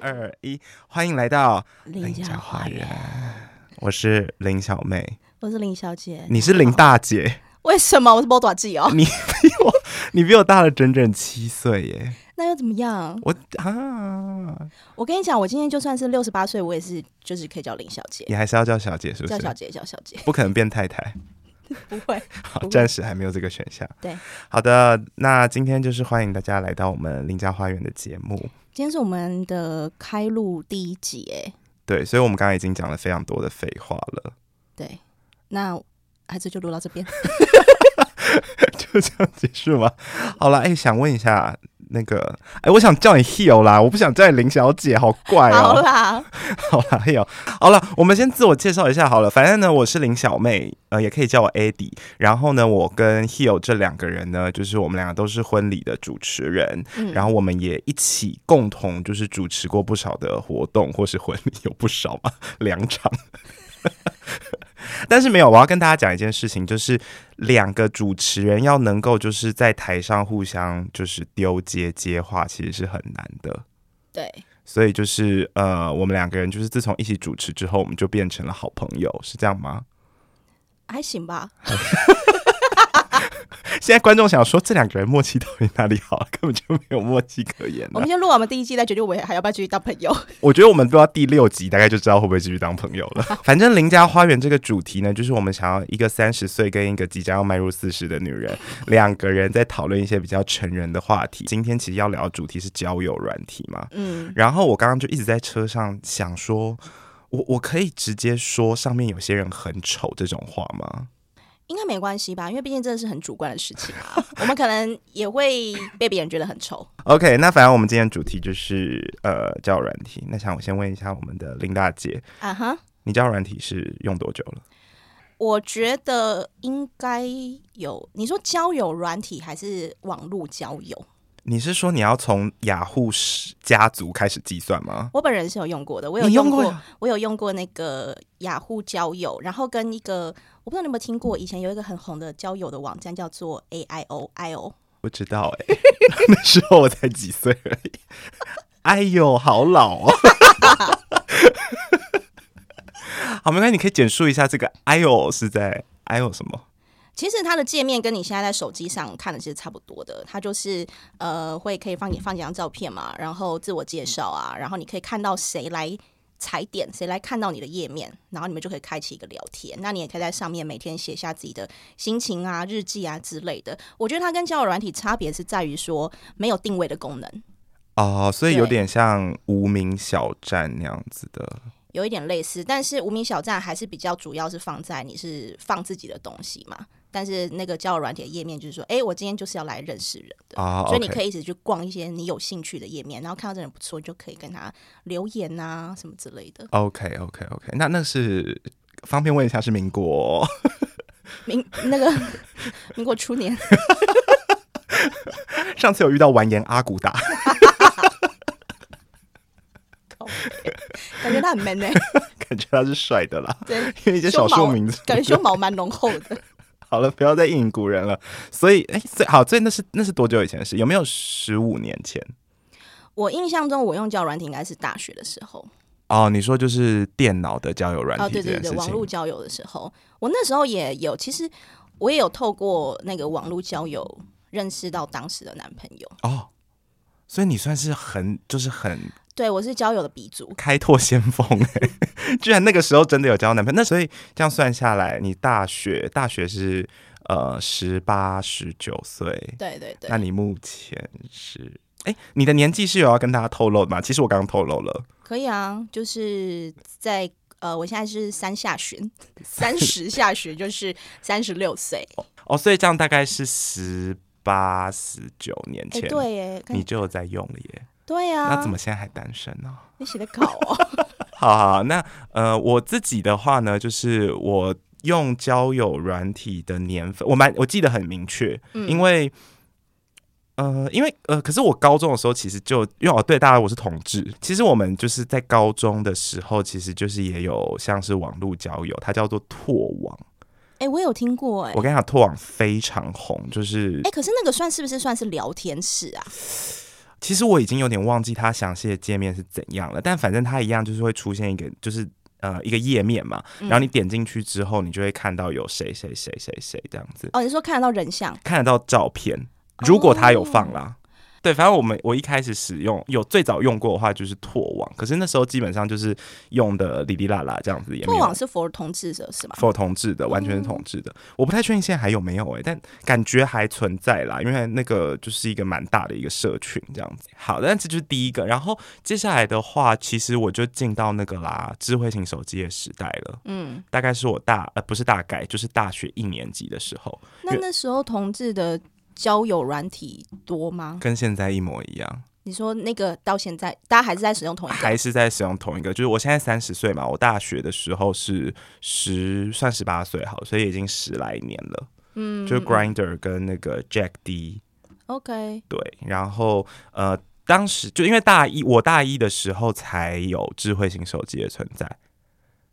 二一，欢迎来到林家花园，我是林小妹，我是林小姐，你是林大姐， 为什么我是波短记哦？ 你比我你比我大了整整七岁耶！那又怎么样？我啊，我跟你讲，我今天就算是六十八岁，我也是就是可以叫林小姐，你还是要叫小姐是不叫小是？姐，叫小姐， 不可能变太太，不会。好，不会暂时还没有这个选项。对，好的，那今天就是欢迎大家来到我们林家花园的节目。今天是我们的开录第一集，哎，对，所以我们刚刚已经讲了非常多的废话了， 对，那还是就录到这边。就这样结束吗？好了，哎、想问一下那个，哎、我想叫你 Heal 啦，我不想叫你林小姐，好怪哦、好 啦，好啦，哎呦，好了，我们先自我介绍一下好了。反正呢，我是林小妹，呃，也可以叫我 Adi。然后呢，我跟 Heo 这两个人呢，就是我们两个都是婚礼的主持人，嗯然后我们也一起共同就是主持过不少的活动或是婚礼，有不少嘛， 两场。但是没有，我要跟大家讲一件事情，就是两个主持人要能够就是在台上互相就是丢接接话，其实是很难的。对，所以就是呃，我们两个人就是自从一起主持之后，我们就变成了好朋友，是这样吗？ 还行吧。现在观众想说，这两个人默契到底哪里好？根本就没有默契可言、我啊们。先录完我们第一季，再决定我们还要不要继续当朋 友。我觉得我们录到第六集，大概就知道会不会继续当朋友了。 反正邻家花园这个主题呢，就是我们想要一个三十岁跟一个即将要迈入四十的女人，两个人在讨论一些比较成人的话题。今天其实要聊的主题是交友软体嘛，嗯，然后我刚刚就一直在车上想说，我我可以直接说上面有些人很丑这种话吗？应该没关系吧，因为毕竟真的是很主观的事情啊。我们可能也会被别人觉得很丑。 OK，那反正我们今天的主题就是呃交友软体。那想我先问一下我们的林大姐，啊哈。你交友软体是用多久了？我觉得应该有，你说交友软体还是网络交友？你是说你要从雅虎家族开始计算吗？我本人是有用过的，我有你用过，过呀我有用过那个雅虎交友，然后跟一个我不知道你有没有听过，以前有一个很红的交友的网站叫做 A I O I O，不知道哎、 那时候我才几岁而已。哎呦，好老哦！ 好，没关系，你可以简述一下这个“哎呦”是在“哎呦”什么？其实它的界面跟你现在在手机上看的是差不多的，它就是呃会可以放你放几张照片嘛，然后自我介绍啊，然后你可以看到谁来踩点，谁来看到你的页面，然后你们就可以开启一个聊天。那你也可以在上面每天写下自己的心情啊、日记啊之类的。我觉得它跟交友软体差别是在于说没有定位的功能，哦，所以有对点像无名小站那样子的。有一点类似，但是无名小站还是比较主要是放在你是放自己的东西嘛。但是那个交友软体的页面就是说，哎、我今天就是要来认识人的。哦，所以你可以以一直去逛一些你有兴趣的页面，然后看到这人不错，你就可以跟他留言啊什么之类的。 OK OK OK，那那是方便问一下是民国 民那个 民国初年，上次有遇到完颜阿古达，靠北感觉他很 man 呢、感觉他是帅的啦， 对，因为一些少数民族。感觉胸毛蛮浓厚的。 好了，不要再应古人了。所以哎，所以好，所以那是那是多久以前的事？有没有十五年前？我印象中，我用交友软体应该是大学的时候，哦，你说就是电脑的交友软哦，体对这对件对，事网情，络交友的时候，我那时候也有，其实我也有透过那个网络交友认识到当时的男朋友。哦，所以你算是很就是很对我是交友的鼻祖，开拓先锋哎、 居然那个时候真的有交男朋友。那所以这样算下来，你大学大学是呃十八十九岁，对对对那。你目前是哎、你的年纪是有要跟大家透露的吗？其实我刚刚透露了，可以啊，就是在呃，我现在是三下旬，三十下旬就是三十六岁。哦，所以这样大概是十八十九年哎、前，对耶，看你就有在用了耶。对啊，那怎么现在还单身呢、你写的稿 哦？好好，好那呃，我自己的话呢，就是我用交友软体的年份，我蛮我记得很明确，嗯因为呃，因为呃，可是我高中的时候其实就因为哦，对，大家我是同志，其实我们就是在高中的时候，其实就是也有像是网络交友，它叫做拓网。哎、我有听过哎、我跟你讲，拓网非常红，就是哎、可是那个算是不是算是聊天室啊？其实我已经有点忘记它详细的界面是怎样了，但反正它一样就是会出现一个就是。呃，一个页面嘛，嗯然后你点进去之后，你就会看到有谁谁谁谁谁这样子，哦，你说看得到人像，看得到照片，如果它有放啦。对，反正我们我一开始使用有最早用过的话就是拓网，可是那时候基本上就是用的哩哩啦啦这样子，也没过有往是佛同志者是吗？否同志的，完全是同志的。我不太确定现在还有没有诶、但感觉还存在啦，因为那个就是一个蛮大的一个社群这样子。好，但这就是第一个。然后接下来的话，其实我就进到那个啦，智慧型手机的时代了。嗯，大概是我大呃不是大概，就是大学一年级的时候，那那时候同志的交友软体多吗？跟现在一模一样。你说那个到现在大家还是在使用同一个？还是在使用同一个，就是我现在三十岁嘛，我大学的时候是十，算十八岁好，所以已经十来年了。嗯，就是 Grinder 跟那个 Jack D， OK，对，然后呃，当时就因为大一，我大一的时候才有智慧型手机的存在。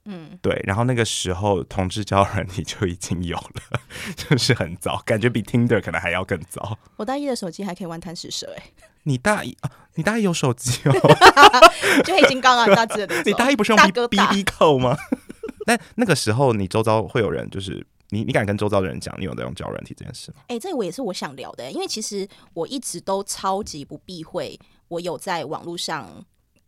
嗯，对，然后那个时候同志交友软体就已经有了， 就是很早，感觉比 Tinder 可能还要更早。我大一的手机还可以玩贪食蛇、欸，你大一啊，你大一有手机哦？ 就已经刚刚大致的那种。你大一不是用大 B 哥 B 大 B 扣吗？ 但那个时候，你周遭会有人，就是你，你敢跟周遭的人讲你有在用交友软体这件事吗？哎、这我也是我想聊的、欸因为其实我一直都超级不避讳，我有在网络上，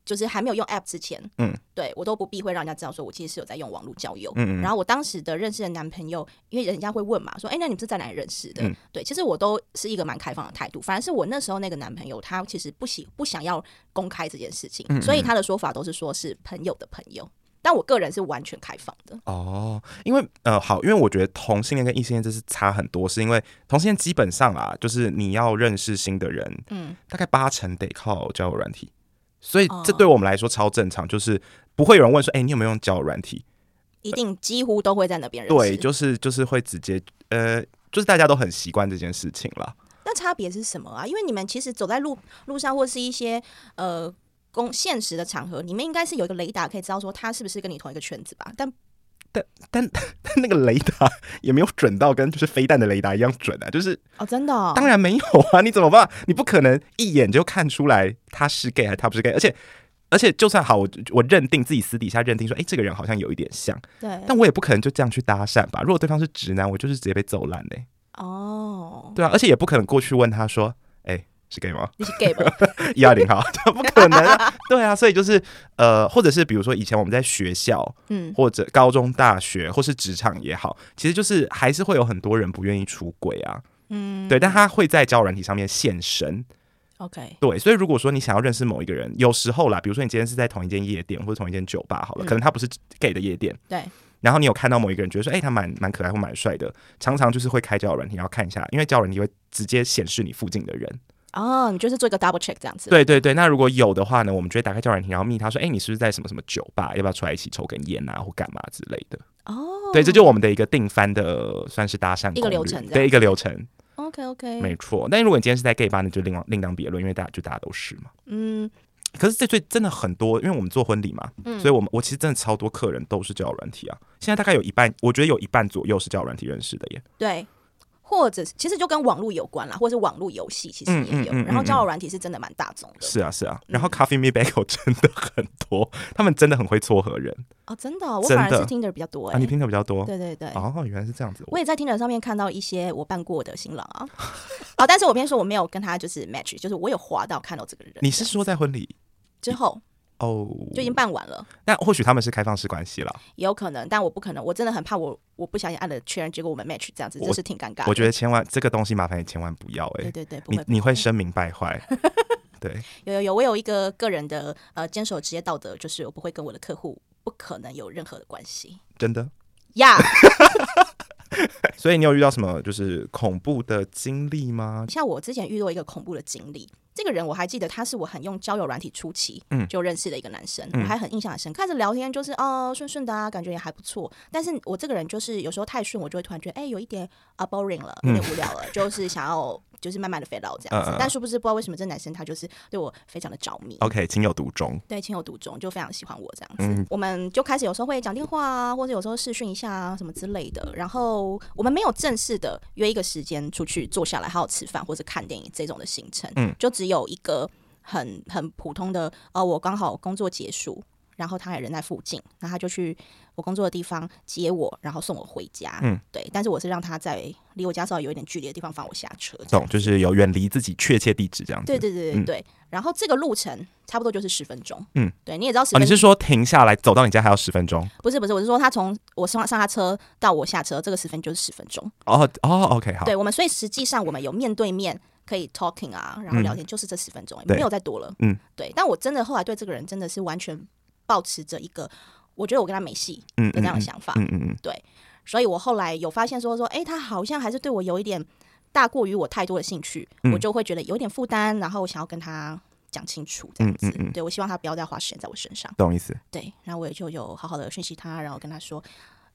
就是还没有用 App 之前，嗯，对我都不避讳让人家知道说我其实是有在用网络交友。嗯然嗯，后我当时的认识的男朋友，因为人家会问嘛，说，哎、那你们是在哪里认识的？嗯对，其实我都是一个蛮开放的态度。反而是我那时候那个男朋友，他其实不喜不想要公开这件事情，嗯所以他的说法都是说是朋友的朋友。但我个人是完全开放的，哦，因为呃，好，因为我觉得同性恋跟异性恋这是差很多，是因为同性恋基本上啊，就是你要认识新的人，嗯，大概八成得靠交友软体，所以哦这对我们来说超正常，就是不会有人问说，哎、你有没有用交友软体？一定几乎都会在那边认识。对，就是就是会直接呃，就是大家都很习惯这件事情啦。 那差别是什么啊？因为你们其实走在路路上，或是一些呃公现实的场合，你们应该是有一个雷达可以知道说他是不是跟你同一个圈子吧？但但那个雷达也没有准到跟就是飞弹的雷达一样准啊，就是哦，真的、哦，当然没有啊，你怎么办？你不可能一眼就看出来他是 gay 还是他不是 gay，而且而且就算好，我我认定自己私底下认定说，哎、这个人好像有一点像，对但我也不可能就这样去搭讪吧。如果对方是直男，我就是直接被揍烂嘞、哦，对啊，而且也不可能过去问他说，哎、是 gay 吗？ 你是 gay 吧？ 一二零号，这不可能、啊。对啊，所以就是呃，或者是比如说以前我们在学校，嗯，或者高中、大学，或是职场也好，其实就是还是会有很多人不愿意出轨啊。嗯，对，但他会在交友软体上面现身。 OK，对，所以如果说你想要认识某一个人，有时候啦，比如说你今天是在同一间夜店或者同一间酒吧好了，嗯可能他不是 gay 的夜店，对，然后你有看到某一个人，觉得说，哎、他蛮蛮可爱或蛮帅的，常常就是会开交友软体，然后看一下，因为交友软体会直接显示你附近的人。哦，你就是做一个 double check 这样子。，对对对，那如果有的话呢，我们就会打开交友软体，然后密他说，哎、你是不是在什么什么酒吧？要不要出来一起抽根烟啊，或干嘛之类的？哦，对，这就是我们的一个定番的，算是搭讪一个攻流略程这对样一个流程， OK OK，没错。但如果你今天是在 gay 吧，那就另外另当别论，因为大家就大家都是嘛。嗯，可是这最真的很多，因为我们做婚礼嘛，所以我们我其实真的超多客人都是交友软体啊。现在大概有一半，我觉得有一半左右是交友软体认识的耶。对。或者是其实就跟网络有关啦，或者是网络游戏其实嗯也有，嗯嗯然后嗯交友软体是真的蛮大众的是啊，是啊。然后 Coffee Me Bagel 真的很多，他们真的很会撮合人哦，真的哦、我真反而的是听的比较多啊。哎、你听的比较多对对对，哦，原来是这样子。我也在听的上面看到一些我办过的新郎啊，啊，但是我偏说我没有跟他就是 match，就是我有滑到看到这个人你是说在婚礼之后哦？就已经办完了，那或许他们是开放式关系啦。也有可能，但我不可能，我真的很怕我我不小心按了确认，结果我们 match 这样子，我这是挺尴尬的。我觉得千万这个东西，麻烦你千万不要哎、啊对对对，不你会你会声名败 坏。对，有有有，我有一个个人的呃坚守职业道德，就是我不会跟我的客户不可能有任何的关系真的。呀。所以你有遇到什么就是恐怖的经历吗？像我之前遇到一个恐怖的经历，这个人我还记得，他是我很用交友软体初期嗯就认识的一个男生，嗯我还很印象很深。开始聊天就是哦顺顺的啊，感觉也还不错。但是我这个人就是有时候太顺，我就会突然觉得哎、有一点啊 boring 了，有点无聊了，就是想要就是慢慢的 fade out 这样子。嗯嗯嗯嗯但殊不知不知道为什么这男生他就是对我非常的着迷。 OK，情有独钟。对，情有独钟，就非常喜欢我这样子。嗯我们就开始有时候会讲电话啊，或者有时候视讯一下啊，什么之类的。然后我们没有正式的约一个时间出去坐下来，好好吃饭或者看电影这种的行程，嗯就只有一个很很普通的，呃，我刚好工作结束，然后他也人在附近，那他就去我工作的地方接我，然后送我回家。嗯，对。但是我是让他在离我家稍微有一点距离的地方放我下车。懂，就是有远离自己确切地址这样子。对对对嗯对对。然后这个路程差不多就是十分钟。嗯，对，你也知道十哦，分你是说停下来走到你家还要十分钟？不是不是，我是说他从我上上他车到我下车这个十分就是十分钟。哦哦，OK，好，嗯对我们，所以实际上我们有面对面可以 talking 啊，然后聊天，就是这十分钟，对没有再多了。嗯，对。但我真的后来对这个人真的是完全保持着一个，我觉得我跟他没戏嗯的那样的想法。嗯嗯嗯，所以我后来有发现说说，哎、他好像还是对我有一点大过于我太多的兴趣，嗯我就会觉得有点负担，然后我想要跟他讲清楚这样子。嗯嗯嗯对我希望他不要再花时间在我身上。懂意思。对，然后我也就有好好的讯息他，然后跟他说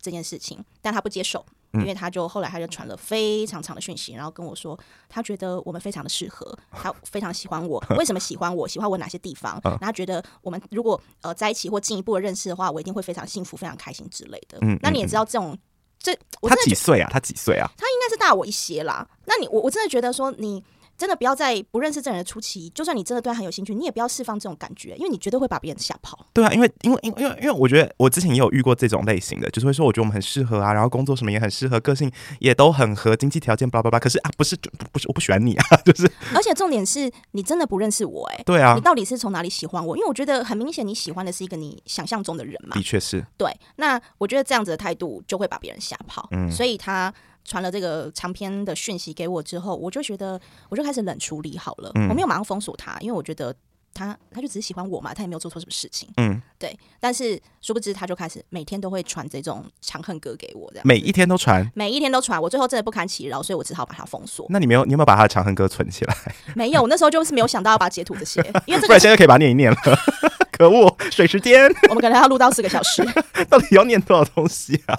这件事情，但他不接受，因嗯为他就后来他就传了非常长的讯息，然后跟我说他觉得我们非常的适合，他非常喜欢我， 为什么喜欢我，喜欢我哪些地方，嗯然后他觉得我们如果呃在一起或进一步的认识的话，我一定会非常幸福、非常开心之类的。嗯那你也知道这种。这我他真的觉几岁啊？他几岁啊？他应该是大我一些啦。那你我我真的觉得说你。真的不要在不认识这个人的初期，就算你真的对他很有兴趣，你也不要释放这种感觉，因为你绝对会把别人吓跑。对啊，因为因为因为因为因为我觉得我之前也有遇过这种类型的，就是会说我觉得我们很适合啊，然后工作什么也很适合，个性也都很合，经济条件巴拉巴拉，可是啊，不是就不不是我不喜欢你啊， 就是而且重点是你真的不认识我哎、对啊你，到底是从哪里喜欢我？因为我觉得很明显，你喜欢的是一个你想象中的人嘛的。确是，对，那我觉得这样子的态度就会把别人吓跑。嗯所以他传了这个长篇的讯息给我之后，我就觉得我就开始冷处理好了。嗯我没有马上封锁他，因为我觉得他他就只是喜欢我嘛，他也没有做错什么事情。嗯，对，但是殊不知他就开始每天都会传这种长恨歌给我，这样每一天都传。每一天都传，我最后真的不堪其扰，所以我只好把它封锁。那你没有你有没有把他的长恨歌存起来？没有，我那时候就是没有想到要把它截图这些，因为这不个然现在可以把它念一念了。 可恶，水时间 我们可能要录到四个小时。到底要念多少东西啊？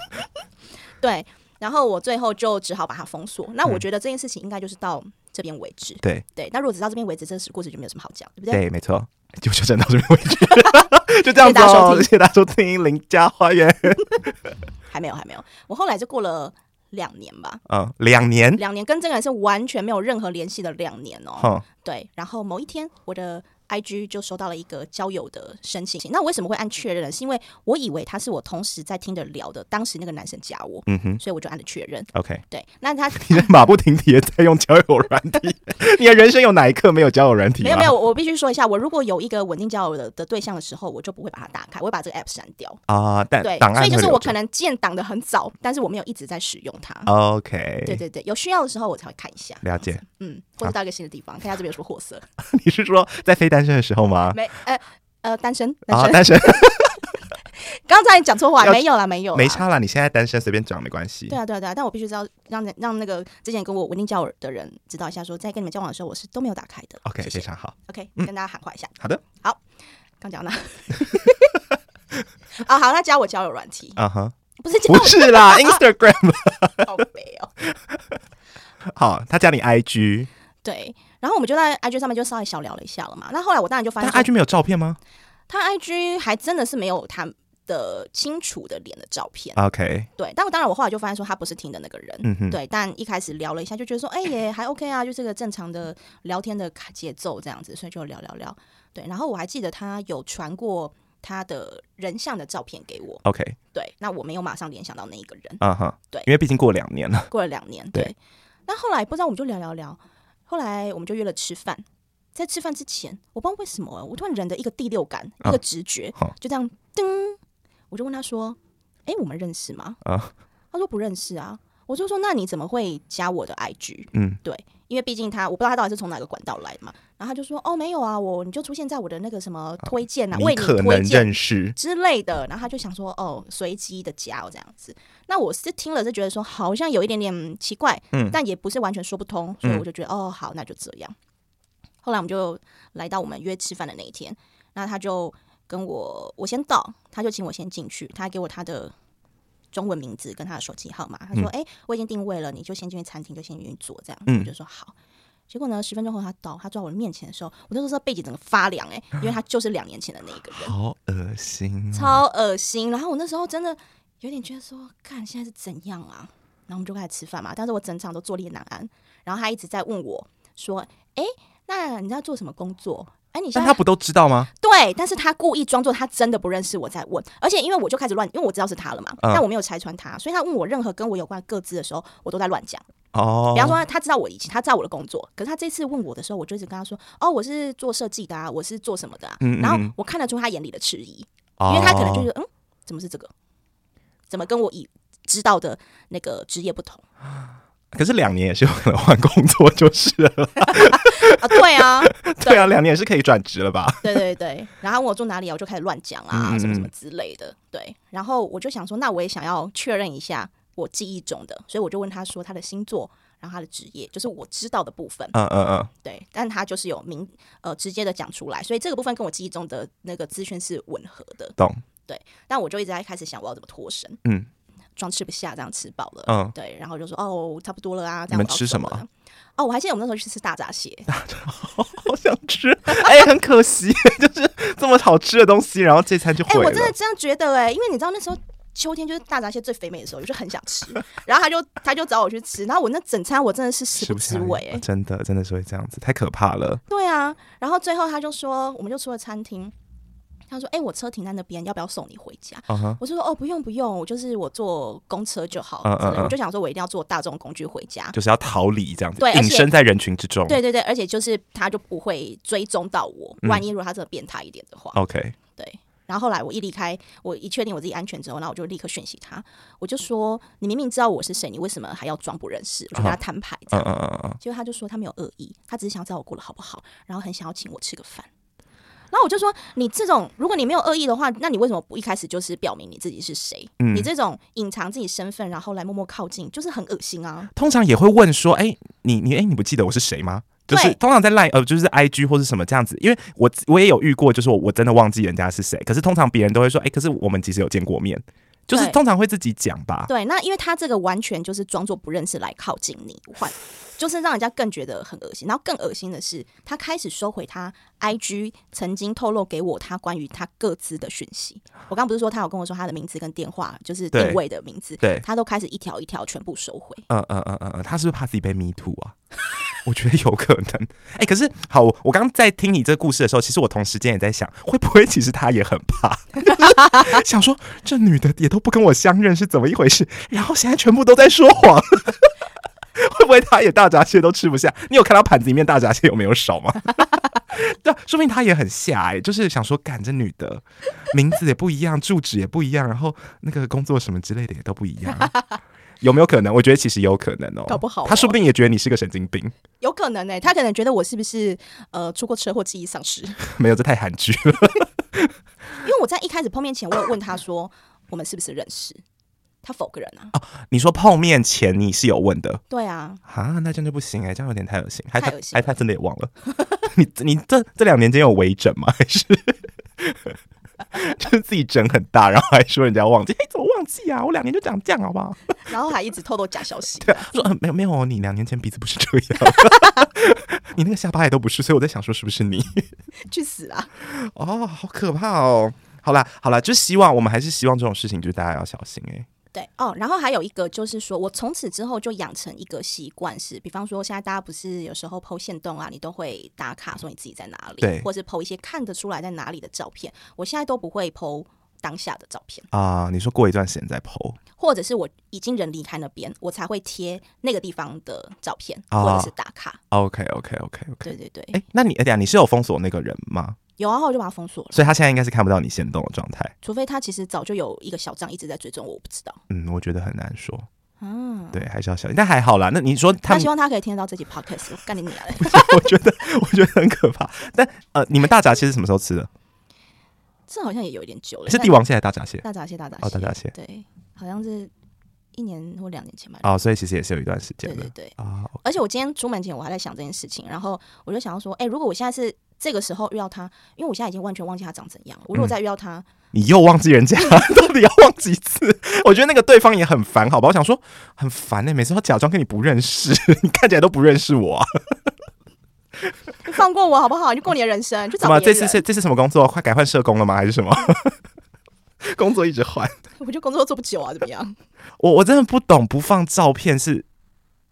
对，然后我最后就只好把它封锁。那我觉得这件事情应该就是到这边为止。对对，那如果只到这边为止，这个故事就没有什么好讲，对不对？对，没错， 就就整到这边为止， 就这样子哦。谢谢谢大家收听《邻家花园》。 还没有，还没有。我后来就过了两年吧，嗯，两年，两年跟这个人是完全没有任何联系的两年哦。哼，对，然后某一天我的 IG 就收到了一个交友的申请。那为什么会按确认呢？是因为我以为他是我同时在听的聊的，当时那个男生加我，嗯哼所以我就按了确认。 ，OK。对，那他你马不停蹄的在用交友软 体，你的人生有哪一刻没有交友软体？啊没有没有，，我我必须说一下，我如果有一个稳定交友的的对象的时候，我就不会把它打开，我会把这个 app 删掉。啊，但对，档案所以就会是留我着可能建档的很早，但是我没有一直在使用它。 OK，对对对，有需要的时候我才会看一下，了解。 嗯，或者到一个新的地方，看一下这边有什么货色。你是说在非单身的时候吗？没，呃呃，单身单啊，身，单身刚才你讲错话，要没有啦，没有啦，没差啦，你现在单身随便讲没关系对。啊，对啊，对啊，但我必须知道，让人让那个之前跟我稳定交友的人知道一下说在跟你们交往的时候，我是都没有打开的。 OK，谢非谢。常好。 OK，跟大家喊话一下。好的，刚讲到哪？ 啊，好，他加我交友软体，啊哈，不是加不是 啦，Instagram。我好肥哦。 好，他加你 IG，对，然后我们就在 IG 上面就稍微小聊了一下了嘛。那后来我当然就发但现说 IG 没有照片吗他 IG 还真的是没有他的清楚的脸的照片。 ？OK，对，但我当然我后来就发现说他不是听的那个人。嗯哼，对，但一开始聊了一下，就觉得说，哎、也还 OK 啊，就是个正常的聊天的节奏这样子，所以就聊聊聊。对，然后我还记得他有传过他的人像的照片给我， ，OK，对，那我没有马上联想到那一个人。啊哈，对因为毕竟过两年了，过了两年，对对。那后来不知道我们就聊聊聊，后来我们就约了吃饭。在吃饭之前，我不知道为什么、我突然人的一个第六感、啊一个直觉，好就这样噔，我就问他说：“哎、我们认识吗？”啊他说不认识啊。我就说：“那你怎么会加我的 IG？” 嗯，对，因为毕竟他我不知道他到底是从哪个管道来嘛。然后他就说：“哦，没有啊，我你就出现在我的那个什么推荐啊，为你你可推能荐认识，之类的，然后他就想说，哦，随机的加哦这样子。那我是听了是觉得说好像有一点点奇怪，嗯但也不是完全说不通，所以我就觉得、哦好，那就这样。后来我们就来到我们约吃饭的那一天，那他就跟我我先到，他就请我先进去，他还给我他的中文名字跟他的手机号码，他说，哎、我已经定位了，你就先进去餐厅，就先进去坐这样。嗯我就说好。结果呢？十分钟后他到，他坐在我的面前的时候，我那时候这背景整个发凉哎、因为他就是两年前的那一个人。好恶心哦，超恶心。然后我那时候真的有点觉得说，看现在是怎样啊？然后我们就开始吃饭嘛，但是我整场都坐立难安。然后他一直在问我说：“哎、那你在做什么工作？哎、哎，你现但在他不都知道吗？对，但是他故意装作他真的不认识我在问，而且因为我就开始乱，因为我知道是他了嘛，嗯但我没有拆穿他，所以他问我任何跟我有关各自的时候，我都在乱讲。哦，比方说，他知道我以前他知道我的工作，可是他这次问我的时候，我就一直跟他说：“哦，我是做设计的啊，我是做什么的啊。嗯嗯嗯然后我看得出他眼里的迟疑，哦，因为他可能就觉得，嗯，怎么是这个？怎么跟我以知道的那个职业不同可是两年也是有可能换工作就是 了。啊？对 啊，对啊，两年也是可以转职了吧？对对对，然后他问我住哪里啊，我就开始乱讲啊，嗯嗯什么什嗯么之类的。对，然后我就想说，那我也想要确认一下我记忆中的，所以我就问他说他的星座，然后他的职业，就是我知道的部分。嗯嗯嗯，对，但他就是有明呃直接的讲出来，所以这个部分跟我记忆中的那个资讯是吻合的。懂。但我就一直在开始想我要怎么脱身，嗯装吃不下，这样吃饱了。嗯，对，然后就说哦，差不多了啊。这你样们我要吃走什么了？哦，我还记得我们那时候去吃大闸 蟹，好想吃， 哎、很可惜， 就是这么好吃的东西，然后这餐就哎、毁了。我真的这样觉得哎、因为你知道那时候秋天就是大闸蟹最肥美的时候，我就很想吃，然后他就他就找我去吃，然后我那整餐我真的是吃食不不知下味去 哎、啊真的真的是会这样子，太可怕了。对啊，然后最后他就说，我们就出了餐厅，他说哎、我车停在那边，要不要送你回家？嗯哼，我就说哦，不用不用，我就是我坐公车就好。嗯嗯之类嗯的我就想说，我一定要坐大众工具回家。就是要逃离这样子，对而隐且身在人群之中。对对对，而且就是他就不会追踪到我，嗯万一如果他真的变态一点的话， ，OK，对。然后后来我一离开，我一确定我自己安全之后，那我就立刻讯息他，我就说你明明知道我是谁，你为什么还要装不认识？我就跟他摊牌这嗯样。嗯嗯嗯，结果他就说他没有恶意，他只是想知道我过得好不好，然后很想要请我吃个饭。然后我就说，你这种如果你没有恶意的话，那你为什么不一开始就是表明你自己是谁？你这种隐藏自己身份，然后来默默靠近，就是很恶心啊！通常也会问说，哎、你你哎、你不记得我是谁吗？就是对通常在 Line 呃，就是 IG 或是什么这样子，因为我我也有遇过，就是我我真的忘记人家是谁，可是通常别人都会说，哎、可是我们其实有见过面，就是对通常会自己讲吧。对，那因为他这个完全就是装作不认识来靠近你，换就是让人家更觉得很恶心。然后更恶心的是，他开始收回他 IG 曾经透露给我他关于他各自的讯息。我刚刚不是说他有跟我说他的名字跟电话，就是对定位的名字，对，他都开始一条一条全部收回。嗯嗯嗯嗯嗯，他是不是怕自己被 me too 啊？我觉得有可能。哎、可是好，我我刚刚在听你这个故事的时候，其实我同时间也在想，会不会其实他也很怕， 想说这女的也都不跟我相认是怎么一回事，然后现在全部都在说谎， 会不会他也大闸蟹都吃不下？你有看到盘子里面大闸蟹有没有少吗？ 对，啊说明他也很吓哎、就是想说，干这女的名字也不一样，住址也不一样，然后那个工作什么之类的也都不一样。 有没有可能？我觉得其实有可能哦、搞不好哦他说不定也觉得你是个神经病。有可能呢、欸他可能觉得我是不是呃出过车祸，记忆 丧失？因没有，这太韩剧了。为我在一开始碰面前，我有问他说我们是不是认识，他否个人啊， 你说碰面前你是有问的对啊，啊？那这样就不行哎、这样有点太恶心，还太恶心还了他真的也忘了。 你你这这两年间有微整吗？还 是就是自己整很大，然后还说人家忘记？哎、怎么忘记啊？我两年就长这样，好不好？ 然后还一直透露假消息。对啊，说、呃、没有没有哦，你两年前鼻子不是这样， 你那个下巴也都不是，所以我在想说是不是你？去死啊！哦，好可怕哦。好啦，好啦，就希望我们还是希望这种事情，就是大家要小心哎、对哦，然后还有一个就是说，我从此之后就养成一个习惯是，比方说现在大家不是有时候剖线动啊，你都会打卡说你自己在哪对里，或是剖一些看得出来在哪里的照片。我现在都不会剖当下的照片，啊、你说过一段时间再剖，或者是我已经人离开那边，我才会贴那个地方的照片，啊或者是打卡。 OK OK OK OK。对对对，哎、那你哎呀，你是有封锁那个人吗？有啊，后来我就把它封锁了。所以他现在应该是看不到你行动的状态。除非他其实早就有一个小账一直在追踪我，我不知道。嗯，我觉得很难说。嗯，对，还是要小心。但还好啦。那你说他那们希，望他可以听得到这集 podcast，我干你娘嘞！我觉得 我觉得很可怕。但呃，你们大闸蟹是什么时候吃的？这好像也有一点久了，是但帝王蟹还是大闸蟹？大闸蟹，大闸蟹，哦，大闸蟹。对，好像是一年或两年前吧。哦，所以其实也是有一段时对间对的对，啊。而且我今天出门前我还在想这件事情，然后我就想要说，哎、如果我现在是这个时候遇到他，因为我现在已经完全忘记他长怎样了，我如果再遇到他，你又忘记人家， 到底要忘几次？我觉得那个对方也很烦，好吧？我想说很烦欸呢、每次都假装跟你不认识， 你看起来都不认识我、啊。你放过我好不好？你就过你的人生，去怎找么别这人。次是这次什么工作？快改换社工了吗？还是什么？ 工作一直换。我就工作做不久啊，怎么样？我我真的不懂，不放照片是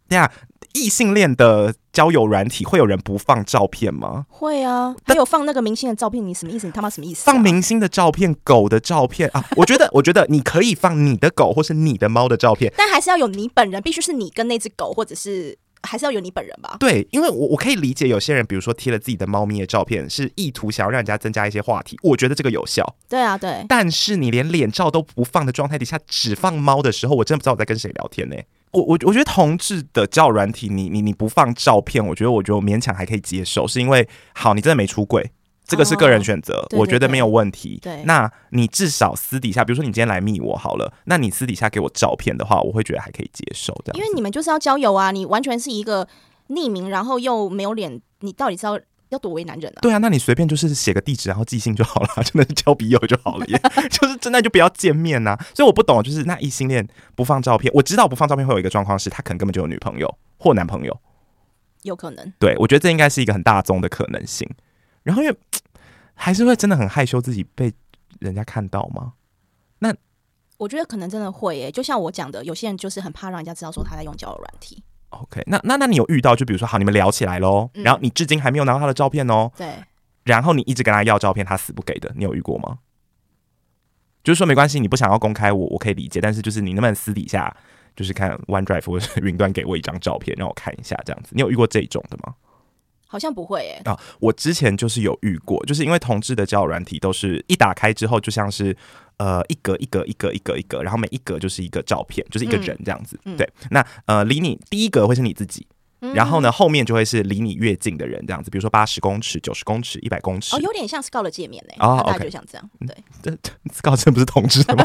对呀，异性恋的交友软体会有人不放照片吗？会啊，还有放那个明星的照片，你什么意思？你他妈什么意思、啊？放明星的照片、狗的照片啊？我觉得，我觉得你可以放你的狗或是你的猫的照片。但还是要有你本人，必须是你跟那只狗，或者是还是要有你本人吧。对，因为我我可以理解有些人，比如说贴了自己的猫咪的照片，是意图想要让人家增加一些话题，我觉得这个有效。对啊，对，但是你连脸照都不放的状态底下，只放猫的时候，我真的不知道我在跟谁聊天呢、我我我觉得同志的交友软体，你你你不放照片，我觉得我觉得我勉强还可以接受，是因为好，你真的没出柜，这个是个人选择，对我觉得没有问题。对对那你至少私底下，比如说你今天来密我好了，那你私底下给我照片的话，我会觉得还可以接受的因。为你们就是要交友啊，你完全是一个匿名，然后又没有脸，你到底是要要多为难人啊？对啊，那你随便就是写个地址，然后寄信就好了， 真的是交笔友就好了耶， 就是真的就不要见面呐、所以我不懂，就是那异性恋不放照片，我知道不放照片会有一个状况是，他可能根本就有女朋友或男朋友。有可能，对，我觉得这应该是一个很大宗的可能性。然后因为还是会真的很害羞自己被人家看到吗？我觉得可能真的会欸耶、就像我讲的，有些人就是很怕让人家知道说他在用交友软体。 OK，那那那你有遇到就比如说好，你们聊起来喽，嗯然后你至今还没有拿到他的照片哦，对，然后你一直跟他要照片，他死不给的，你有遇过吗？就是说没关系，你不想要公开我，我可以理解，但是就是你能不能私底下就是看 OneDrive 或者是云端给我一张照片让我看一下这样子，你有遇过这种的吗？好像不会欸耶、啊，我之前就是有遇过，就是因为同志的交友软体都是一打开之后就像是。呃，一格一格一格一格一格，然后每一格就是一个照片，就是一个人这样子。嗯对，那呃，离你第一格会是你自己，然后呢，后面就会是离你越近的人这样子，比如说八十公尺、九十公尺、一百公尺。哦，有点像 Scout 的界面嘞、哦它大 OK 概就像这样，对，高真不是同志的吗？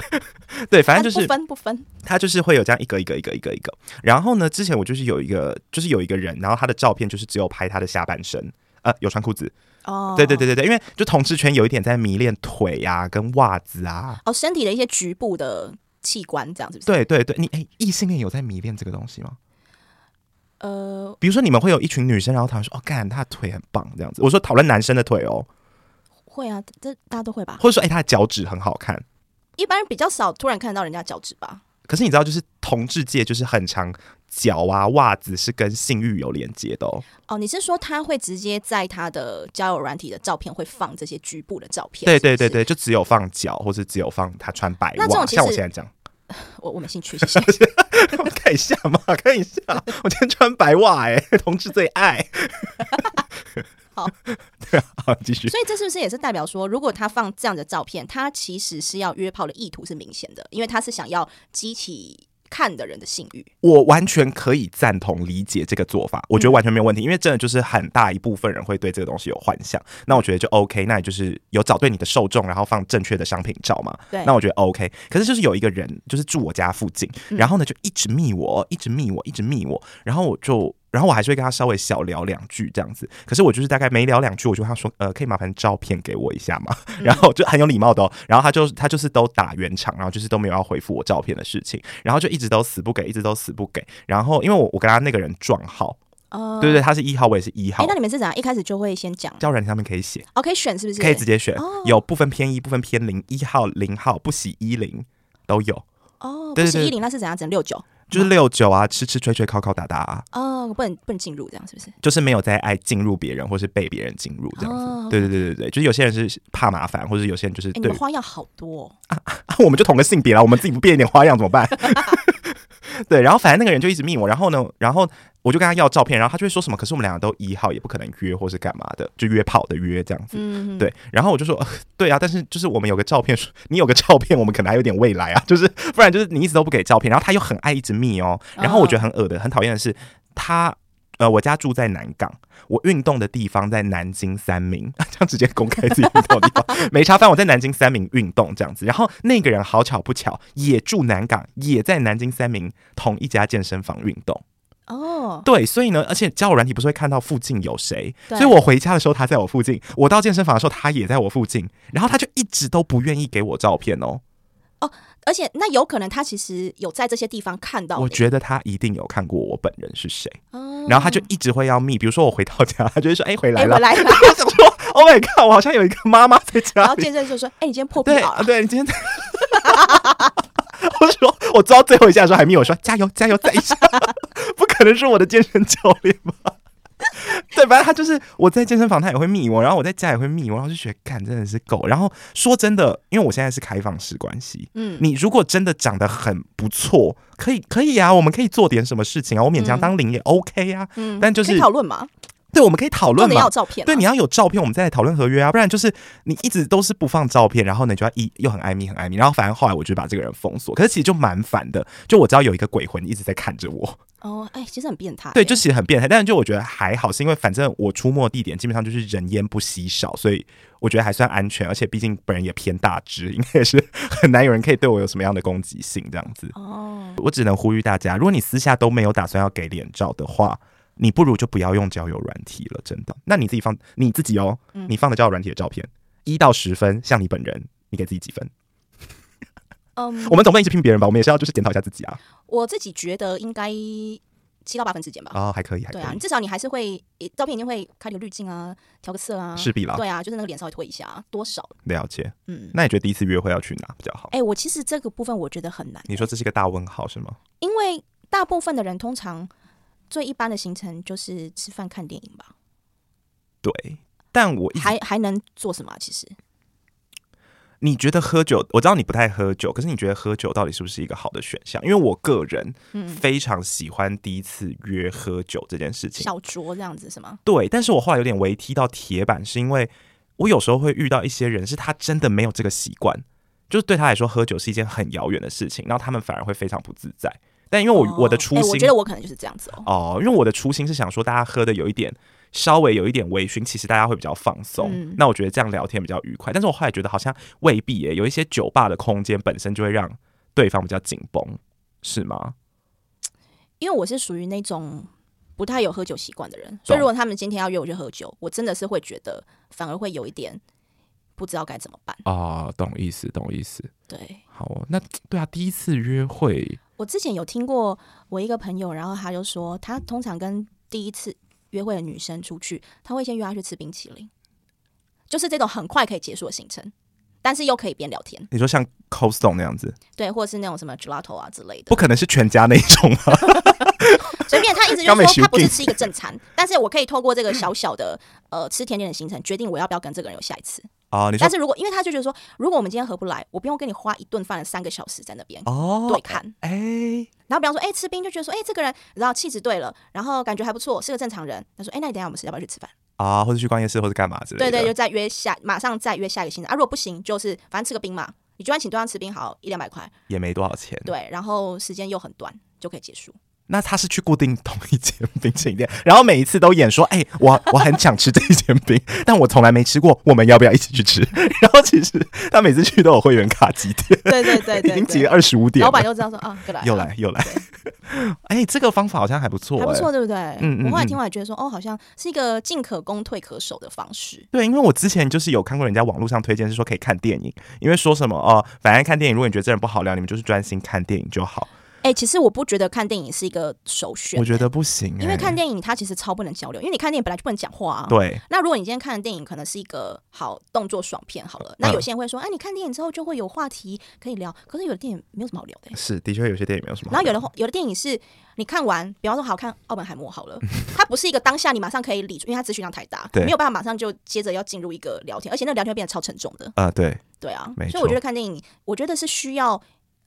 对，反正就是但不分不分，它就是会有这样一个一个一个一个一个。然后呢，之前我就是有一个，就是有一个人，然后他的照片就是只有拍他的下半身，呃，有穿裤子，哦，对对对对对，因为就同志圈有一点在迷恋腿啊跟袜子 啊。哦，身体的一些局部的器官这样是不是？对对对，你哎，异性恋有在迷恋这个东西吗？呃，比如说你们会有一群女生，然后讨论说，哦，干他的腿很棒这样子。我说讨论男生的腿哦，会啊，这大家都会吧。或者说哎他的脚趾很好看。一般比较少突然看到人家脚趾吧。可是你知道，就是同志界就是很常脚啊袜子是跟性欲有连接的哦。哦，你是说他会直接在他的交友软体的照片会放这些局部的照片？对是不对是对，对，就只有放脚，或是只有放他穿白那这袜。种其像我实现在这样， 我我没兴趣，谢谢。看一下嘛，看一下， 我今天穿白袜哎、同志最爱。 好， 对啊，好，继续。所以这是不是也是代表说，如果他放这样的照片，他其实是要约炮的意图是明显的，因为他是想要激起看的人的性欲。我完全可以赞同理解这个做嗯法，我觉得完全没有问题，因为真的就是很大一部分人会对这个东西有幻想。那我觉得就 OK，那也就是有找对你的受众，然后放正确的商品照嘛。对那我觉得 OK。可是就是有一个人，就是住我家附近，嗯然后呢就一直密我，一直密我，一直密我，然后我就。然后我还是会跟他稍微小聊两句这样子，可是我就是大概没聊两句，我就跟他说，呃，可以麻烦照片给我一下吗？嗯然后就很有礼貌的、哦，然后他就他就是都打圆场，然后就是都没有要回复我照片的事情，然后就一直都死不给，一直都死不给。然后因为我我跟他那个人撞号，哦、对对，他是一号，我也是一号哎，那，你们是怎样一开始就会先讲交友软件上面可以写，哦，可以选是不是？可以直接选哦，有部分偏一，部分偏零，一号、零号、不喜一零都有，哦，对对不是对一零，那是怎样？整六九就是六九啊，吃吃吹吹、敲敲打打、啊，哦，不能不能进入这样是不是？就是没有在爱进入别人或是被别人进入这样子。哦对对对对对，就是有些人是怕麻烦，或者有些人就是哎，你对们花样好多、哦，啊，我们就同个性别了，我们自己不变一点花样怎么 办？对，然后反正那个人就一直密我，然后呢，然后我就跟他要照片，然后他就会说什么，可是我们两个都一号，也不可能约或是干嘛的，就约炮的约这样子。嗯，对，然后我就说、 呃对啊，但是就是我们有个照片， 你有个照片，我们可能还有点未来啊， 就是不然就是你一直都不给照片，然后他又很爱一直密哦，然后我觉得很恶的，很讨厌的是他。呃，我家住在南港，我运动的地方在南京三明， 这样直接公开自己运动的地方 没差。反正我在南京三明运动这样子，然后那个人好巧不巧也住南港，也在南京三明同一家健身房运动。哦，对，所以呢，而且交友软体不是会看到附近有谁，对所以我回家的时候他在我附近，我到健身房的时候他也在我附近，然后他就一直都不愿意给我照片哦。而且那有可能他其实有在这些地方看到你，我觉得他一定有看过我本人是谁，哦然后他就一直会要密，比如说我回到家，他就会说：“哎、回来哎了。回来 了，我想说：“Oh my god，我好像有一个妈妈在然家后里。啊见证就说，哎，你今天破”皮对了，对，你今天。 我说我做到最后一下的时候，海咪我说加油加油再一下， 不可能是我的健身教练吧？ 对，反正他就是我在健身房，他也会密我，然后我在家也会密我，然后就觉得干真的是够。然后说真的，因为我现在是开放式关系，嗯，你如果真的长得很不错，可以可以啊，我们可以做点什么事情啊，我勉强当零也 OK 啊。嗯但就是可以讨论嘛，对，我们可以讨重论点要嘛有。照片啊，对，你要有照片，我们再来讨论合约啊，不然就是你一直都是不放照片，然后呢就要一又很爱密很爱密，然后反正后来我就把这个人封锁，可是其实就蛮烦的，就我知道有一个鬼魂一直在看着我，哦，哎，其实很变态欸，对，就其实很变态，但是就我觉得还好，是因为反正我出没地点基本上就是人烟不稀少，所以我觉得还算安全，而且毕竟本人也偏大只，应该也是 很难有人可以对我有什么样的攻击性这样子。哦，我只能呼吁大家，如果你私下都没有打算要给脸照的话，你不如就不要用交友软体了，真的。那你自己放你自己哦，嗯你放的交友软体的照片，一到十分，像你本人，你给自己几分？嗯，我们总不能一直拼别人吧？我们也是要就是检讨一下自己啊。我自己觉得应该七到八分之间吧。哦，还可以，还可对啊，以你，至少你还是会照片一定会开个滤镜啊，调个色啊，势必啦，对啊，就是那个脸稍微推一下，多少，了解。嗯，那你觉得第一次约会要去哪比较好？哎、我其实这个部分我觉得很难，你说这是一个大问号是吗？因为大部分的人通常最一般的行程就是吃饭看电影吧，对，但我一直还还能做什么啊、其实你觉得喝酒，我知道你不太喝酒，可是你觉得喝酒到底是不是一个好的选项？因为我个人嗯非常喜欢第一次约喝酒这件事情，小酌这样子是吗？对，但是我后来有点微踢到铁板，是因为我有时候会遇到一些人，是他真的没有这个习惯，就是对他来说喝酒是一件很遥远的事情，然后他们反而会非常不自在。但因为我、哦我的初哎心我觉得我可能就是这样子哦。哦，因为我的初心是想说，大家喝的有一点，稍微有一点微醺，其实大家会比较放松。嗯那我觉得这样聊天比较愉快。但是我后来觉得好像未必耶，有一些酒吧的空间本身就会让对方比较紧绷，是吗？因为我是属于那种不太有喝酒习惯的人，所以如果他们今天要约我去喝酒，我真的是会觉得反而会有一点不知道该怎么办。哦，懂意思，懂意思。对好、哦，那对啊，第一次约会，我之前有听过我一个朋友，然后他就说，他通常跟第一次约会的女生出去，他会先约她去吃冰淇淋，就是这种很快可以结束的行程，但是又可以边聊天，你说像 c o s t o n 那样子，对，或者是那种什么 gelato 啊之类的不，可能是全家那一种 吧？随便 他一直就刚没说他不是修吃一个正餐，但是我可以透过这个小小的呃吃甜点的行程，决定我要不要跟这个人有下一次。哦，你说但是如果因为他就觉得说，如果我们今天合不来，我不用跟你花一顿饭的三个小时在那边哦，对看。哎、然后比方说，哎、吃冰就觉得说，哎、这个人然后气质对了，然后感觉还不错，是个正常人。他说，哎、那你等一下我们是要不要去吃饭？啊、或者去逛夜市，或者干嘛之类的。对对，就再约下，马上再约下一个行程啊。如果不行，就是反正吃个冰嘛，你就算请对方吃冰好一两百块，也没多少钱。对，然后时间又很短，就可以结束。那他是去固定同一间冰淇淋店，然后每一次都演说：“哎、我我很想吃这一间 冰， 但我从来没吃过，我们要不要一起去吃？” 然后其实他每次去都有会员卡几点，对对 对已对经对集二十五点老了，板就知道说啊，又来了又来又来。 哎、这个方法好像还不错、还不哎错，对不对？嗯嗯我后来嗯听完也觉得说，哦，好像是一个进可攻退可守的方式。对，因为我之前就是有看过人家网络上推荐是说可以看电影，因为说什么哦、反正看电影，如果你觉得这人不好聊，你们就是专心看电影就好。哎、其实我不觉得看电影是一个首选我，觉得不行、哎因为看电影它其实超不能交流，因为你看电影本来就不能讲话啊。对那如果你今天看的电影可能是一个好动作爽片好嗯了，那有些人会说，哎、你看电影之后就会有话题可以聊，可是有的电影没有什么好聊的、欸是的确有些电影没有什么好然后聊有的话有的电影是你看完，比方说好看《奥本海默》好了，它不是一个当下你马上可以理出，因为它资讯量太大， 对没有办法马上就接着要进入一个聊天，而且那个聊天会变得超沉重的。呃对。对啊没，所以错我觉得看电影，我觉得是需要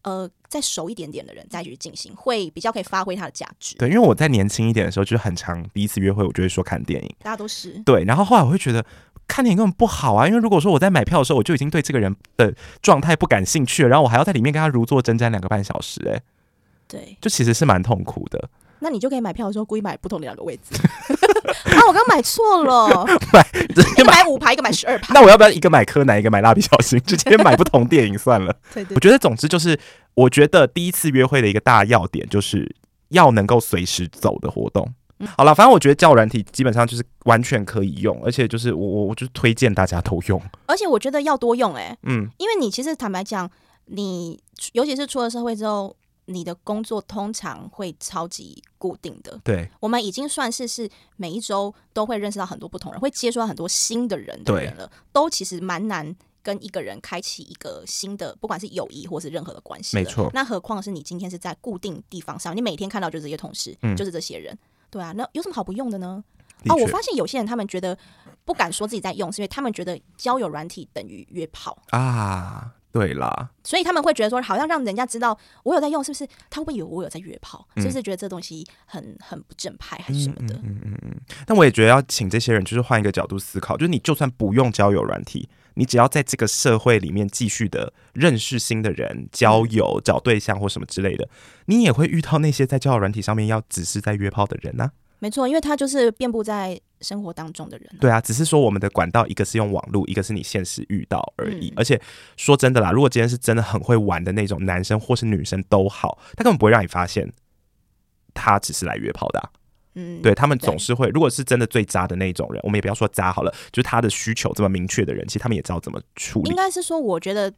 呃再熟一点点的人再去进行，会比较可以发挥它的价值。对，因为我在年轻一点的时候，就是很常第一次约会，我就会说看电影。大家都是对，然后后来我会觉得看电影根本不好啊，因为如果说我在买票的时候，我就已经对这个人的状态不感兴趣了，然后我还要在里面跟他如坐针毡两个半小时、哎，对，就其实是蛮痛苦的。那你就可以买票的时候故意买不同的两个位置。 啊，我刚买错了，一个买五排，一个买十二排。那我要不要一个买柯南，一个买蜡笔小新，直接买不同电影算了？对对我觉得，总之就是，我觉得第一次约会的一个大要点就是要能够随时走的活动。嗯好了，反正我觉得交友软体基本上就是完全可以用，而且就是我我我就推荐大家都用。而且我觉得要多用哎、嗯，因为你其实坦白讲，你尤其是出了社会之后，你的工作通常会超级固定的。对我们已经算是是每一周都会认识到很多不同人，会接触到很多新的人的对人了，都其实蛮难跟一个人开启一个新的，不管是友谊或是任何的关系没了。错那何况是你今天是在固定地方上，你每天看到就是这些同事，嗯就是这些人，对啊，那有什么好不用的呢？的哦，我确发现有些人他们觉得不敢说自己在用，是因为他们觉得交友软体等于约炮，啊，对啦，所以他们会觉得说，好像让人家知道我有在用，是不是？他会不会以为我有在约炮？嗯是不是觉得这东西很很不正派哎还是什么的？嗯嗯嗯。但我也觉得要请这些人，就是换一个角度思考，就是你就算不用交友软体，你只要在这个社会里面继续的认识新的人、交嗯友、找对象或什么之类的，你也会遇到那些在交友软体上面要只是在约炮的人啊。没错，因为他就是遍布在生活当中的人啊、对啊，只是说我们的管道一个是用网络，一个是你现实遇到而已。嗯而且说真的啦，如果今天是真的很会玩的那种男生或是女生都好，他根本不会让你发现他只是来约炮的啊、嗯，对他们对总是会，如果是真的最渣的那一种人，我们也不要说渣好了，就是他的需求这么明确的人，其实他们也知道怎么处理应。该是说，我觉得，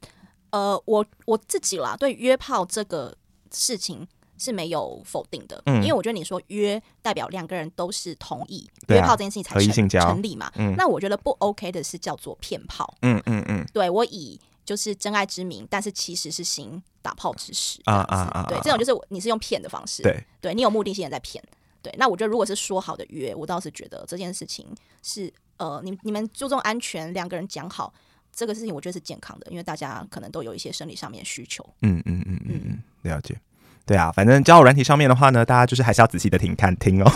呃，我我自己啦，对约炮这个事情是没有否定的，嗯因为我觉得你说约代表两个人都是同意、对啊约炮这件事情才合意成性交成立嘛。嗯那我觉得不 OK 的是叫做骗炮，嗯嗯嗯，对我以就是真爱之名，但是其实是行打炮之实啊这样子啊啊啊对啊，这种就是你是用骗的方式，对，对你有目的性的在骗。对，那我觉得如果是说好的约，我倒是觉得这件事情是呃，你你们注重安全，两个人讲好这个事情，我觉得是健康的，因为大家可能都有一些生理上面的需求。嗯嗯嗯嗯嗯，了解。对啊，反正交友软体上面的话呢，大家就是还是要仔细的听看听哦，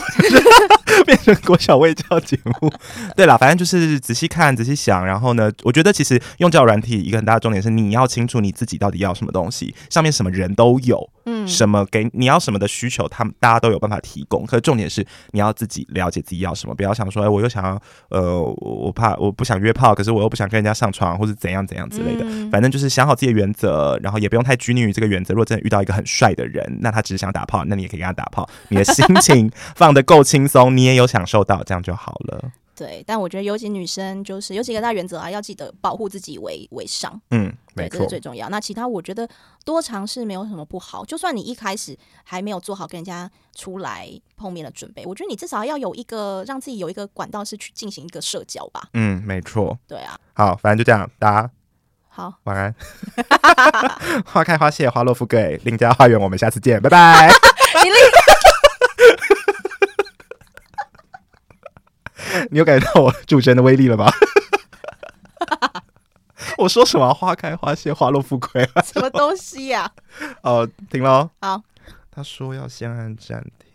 变成国小卫教节目。对啦，反正就是仔细看、仔细想，然后呢，我觉得其实用交友软体一个很大的重点是你要清楚你自己到底要什么东西，上面什么人都有，嗯什么给你要什么的需求，他们大家都有办法提供。可是重点是你要自己了解自己要什么，不要想说，哎，我又想要，呃，我我怕我不想约炮，可是我又不想跟人家上床，或者怎样怎样之类的。嗯反正就是想好自己的原则，然后也不用太拘泥于这个原则。如果真的遇到一个很帅的人，那他只是想打炮，那你也可以跟他打炮。你的心情放得够轻松，你也有享受到，这样就好了。对，但我觉得尤其女生就是有几个大原则啊，要记得保护自己为为上，嗯，对，没这是错最。重要。那其他我觉得多尝试没有什么不好，就算你一开始还没有做好跟人家出来碰面的准备，我觉得你至少要有一个让自己有一个管道是去进行一个社交吧。嗯，没错。对啊，好，反正就这样，大家好，晚安。花开花谢，花落富贵，邻家花园，我们下次见，拜拜。你立你有感觉到我主持人的威力了吗？我说什么啊？花开花谢，花落富贵。什么东西呀、哦，停喽。好。他说要先按暂停。